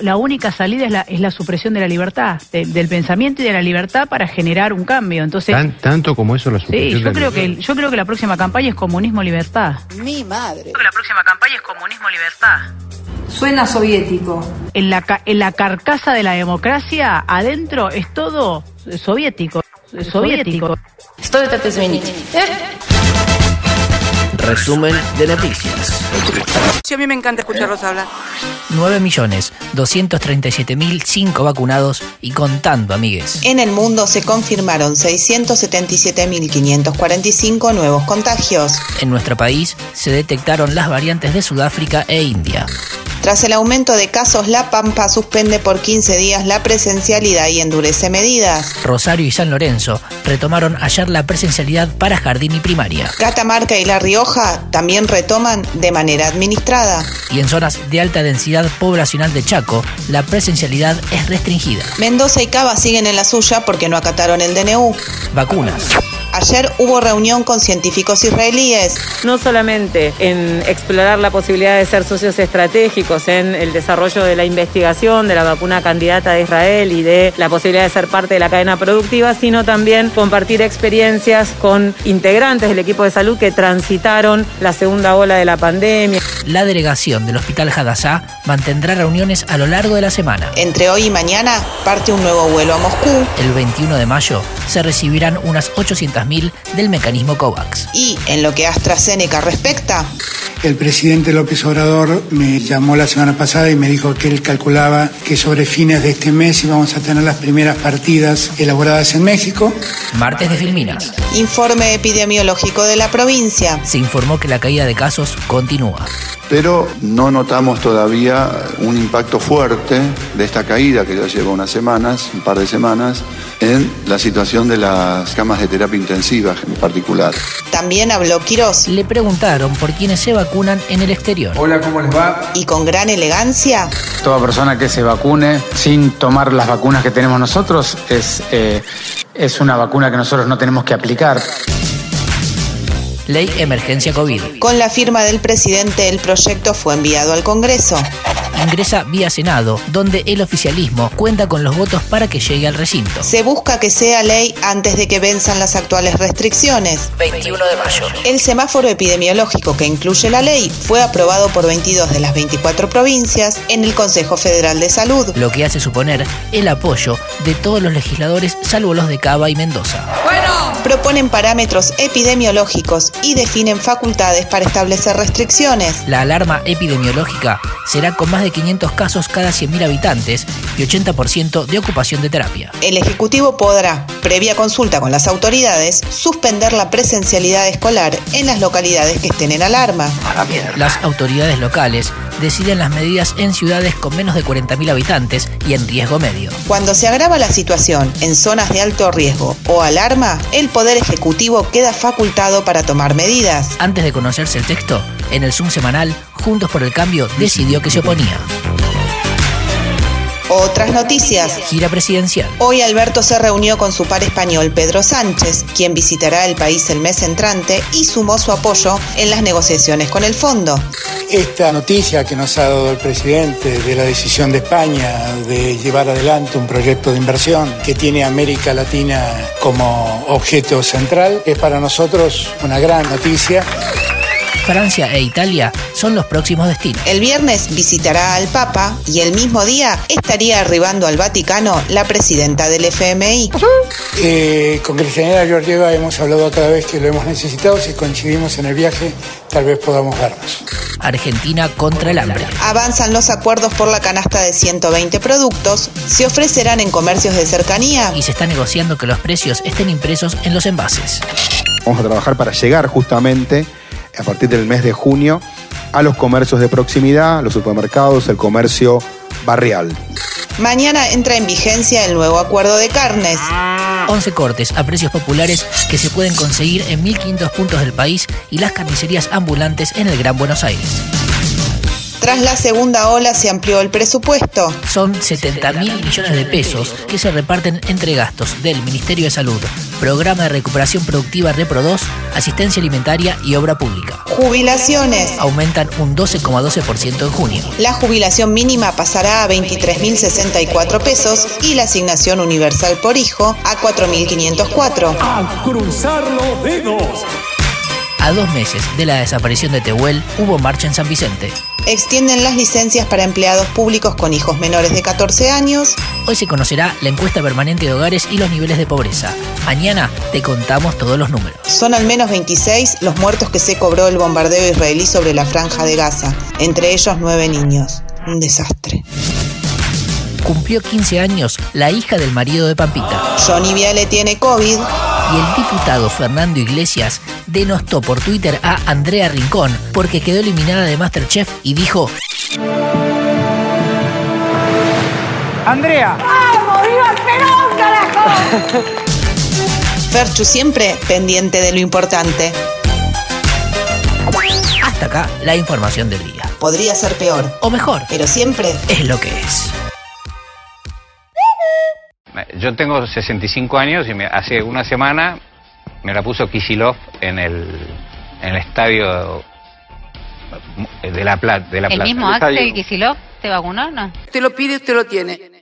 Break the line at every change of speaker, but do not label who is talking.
la única salida es la, es la supresión de la libertad, de- del pensamiento y de la libertad para generar un cambio. Entonces,
Tan- tanto como eso la
sí,
supresión
yo
de la
creo que yo creo que la próxima campaña es comunismo-libertad.
Mi madre.
La próxima campaña es comunismo-libertad.
Suena soviético.
en la, ca- en la carcasa de la democracia, adentro es todo soviético. Soviético.
Resumen de noticias.
Sí, a mí me encanta escucharlos hablar.
9.237.005 vacunados y contando, amigues.
En el mundo se confirmaron 677.545 nuevos contagios.
En nuestro país se detectaron las variantes de Sudáfrica e India.
Tras el aumento de casos, La Pampa suspende por 15 días la presencialidad y endurece medidas.
Rosario y San Lorenzo retomaron ayer la presencialidad para jardín y primaria.
Catamarca y La Rioja también retoman de manera administrada.
Y en zonas de alta densidad poblacional de Chaco, la presencialidad es restringida.
Mendoza y Cava siguen en la suya porque no acataron el DNU.
Vacunas.
Ayer hubo reunión con científicos israelíes.
no solamente en explorar la posibilidad de ser socios estratégicos en el desarrollo de la investigación de la vacuna candidata de Israel y de la posibilidad de ser parte de la cadena productiva, sino también compartir experiencias con integrantes del equipo de salud que transitaron la segunda ola de la pandemia.
La delegación del Hospital Hadassah mantendrá reuniones a lo largo de la semana.
Entre hoy y mañana parte un nuevo vuelo a Moscú.
El 21 de mayo se recibirán unas 800.000 del mecanismo COVAX.
Y en lo que a AstraZeneca respecta,
El presidente López Obrador me llamó la semana pasada y me dijo que él calculaba que sobre fines de este mes íbamos a tener las primeras partidas elaboradas en México.
Martes de Filminas.
informe epidemiológico de la provincia.
Se informó que la caída de casos continúa.
Pero no notamos todavía un impacto fuerte de esta caída que ya lleva unas semanas, un par de semanas, en la situación de las camas de terapia intensiva en particular.
También habló Quirós
Le preguntaron por quienes se vacunan en el exterior.
Hola, ¿cómo les va?
y con gran elegancia
Toda persona que se vacune sin tomar las vacunas que tenemos nosotros es, eh, es una vacuna que nosotros no tenemos que aplicar.
Ley Emergencia COVID.
Con la firma del presidente, el proyecto fue enviado al Congreso.
Ingresa vía Senado, donde el oficialismo cuenta con los votos para que llegue al recinto.
Se busca que sea ley antes de que venzan las actuales restricciones.
21 de mayo.
El semáforo epidemiológico que incluye la ley fue aprobado por 22 de las 24 provincias en el Consejo Federal de Salud.
Lo que hace suponer el apoyo de todos los legisladores, salvo los de Cava y Mendoza.
Proponen parámetros epidemiológicos y definen facultades para establecer restricciones.
La alarma epidemiológica será con más de 500 casos cada 100.000 habitantes y 80% de ocupación de terapia.
El Ejecutivo podrá, previa consulta con las autoridades, suspender la presencialidad escolar en las localidades que estén en alarma.
Las autoridades locales deciden las medidas en ciudades con menos de 40.000 habitantes y en riesgo medio.
Cuando se agrava la situación en zonas de alto riesgo o alarma, el Poder Ejecutivo queda facultado para tomar medidas.
Antes de conocerse el texto, en el Zoom semanal, Juntos por el Cambio decidió que se oponía.
Otras noticias.
Gira presidencial.
Hoy Alberto se reunió con su par español Pedro Sánchez, quien visitará el país el mes entrante y sumó su apoyo en las negociaciones con el fondo.
Esta noticia que nos ha dado el presidente de la decisión de España de llevar adelante un proyecto de inversión que tiene a América Latina como objeto central es para nosotros una gran noticia.
Francia e Italia son los próximos destinos.
El viernes visitará al Papa y el mismo día estaría arribando al Vaticano la presidenta del FMI.
Eh, con Cristina Georgieva hemos hablado cada vez que lo hemos necesitado. Si coincidimos en el viaje, tal vez podamos vernos.
Argentina contra el hambre.
Avanzan los acuerdos por la canasta de 120 productos, se ofrecerán en comercios de cercanía
Y se está negociando que los precios estén impresos en los envases.
Vamos a trabajar para llegar justamente a partir del mes de junio a los comercios de proximidad, los supermercados, el comercio barrial.
Mañana entra en vigencia el nuevo acuerdo de carnes.
11 cortes a precios populares que se pueden conseguir en 1.500 puntos del país y las carnicerías ambulantes en el Gran Buenos Aires.
Tras la segunda ola se amplió el presupuesto.
Son 70 mil millones de pesos que se reparten entre gastos del Ministerio de Salud, Programa de Recuperación Productiva ReproDos, Asistencia Alimentaria y Obra Pública.
Jubilaciones.
Aumentan un 12,12% en junio.
La jubilación mínima pasará a 23.064 pesos y la asignación universal por hijo a 4.504.
A cruzar los dedos.
A dos meses de la desaparición de Tehuel, hubo marcha en San Vicente.
Extienden las licencias para empleados públicos con hijos menores de 14 años.
Hoy se conocerá la encuesta permanente de hogares y los niveles de pobreza. Mañana te contamos todos los números.
Son al menos 26 los muertos que se cobró el bombardeo israelí sobre la franja de Gaza, entre ellos nueve niños. Un desastre.
Cumplió 15 años la hija del marido de Pampita.
Johnny Viale tiene COVID.
Y el diputado Fernando Iglesias denostó por Twitter a Andrea Rincón porque quedó eliminada de Masterchef y dijo,
Andrea,
Ferchu siempre pendiente de lo importante.
hasta acá la información del día.
Podría ser peor,
O mejor,
pero siempre
es lo que es.
Eh, Yo tengo 65 años y me- hace una semana me la puso Kisilov en el, en el estadio eh, de La Plata. De la
¿El
Plata.
mismo Axel Kicillof te vacunó no?
Te lo pide, usted lo tiene.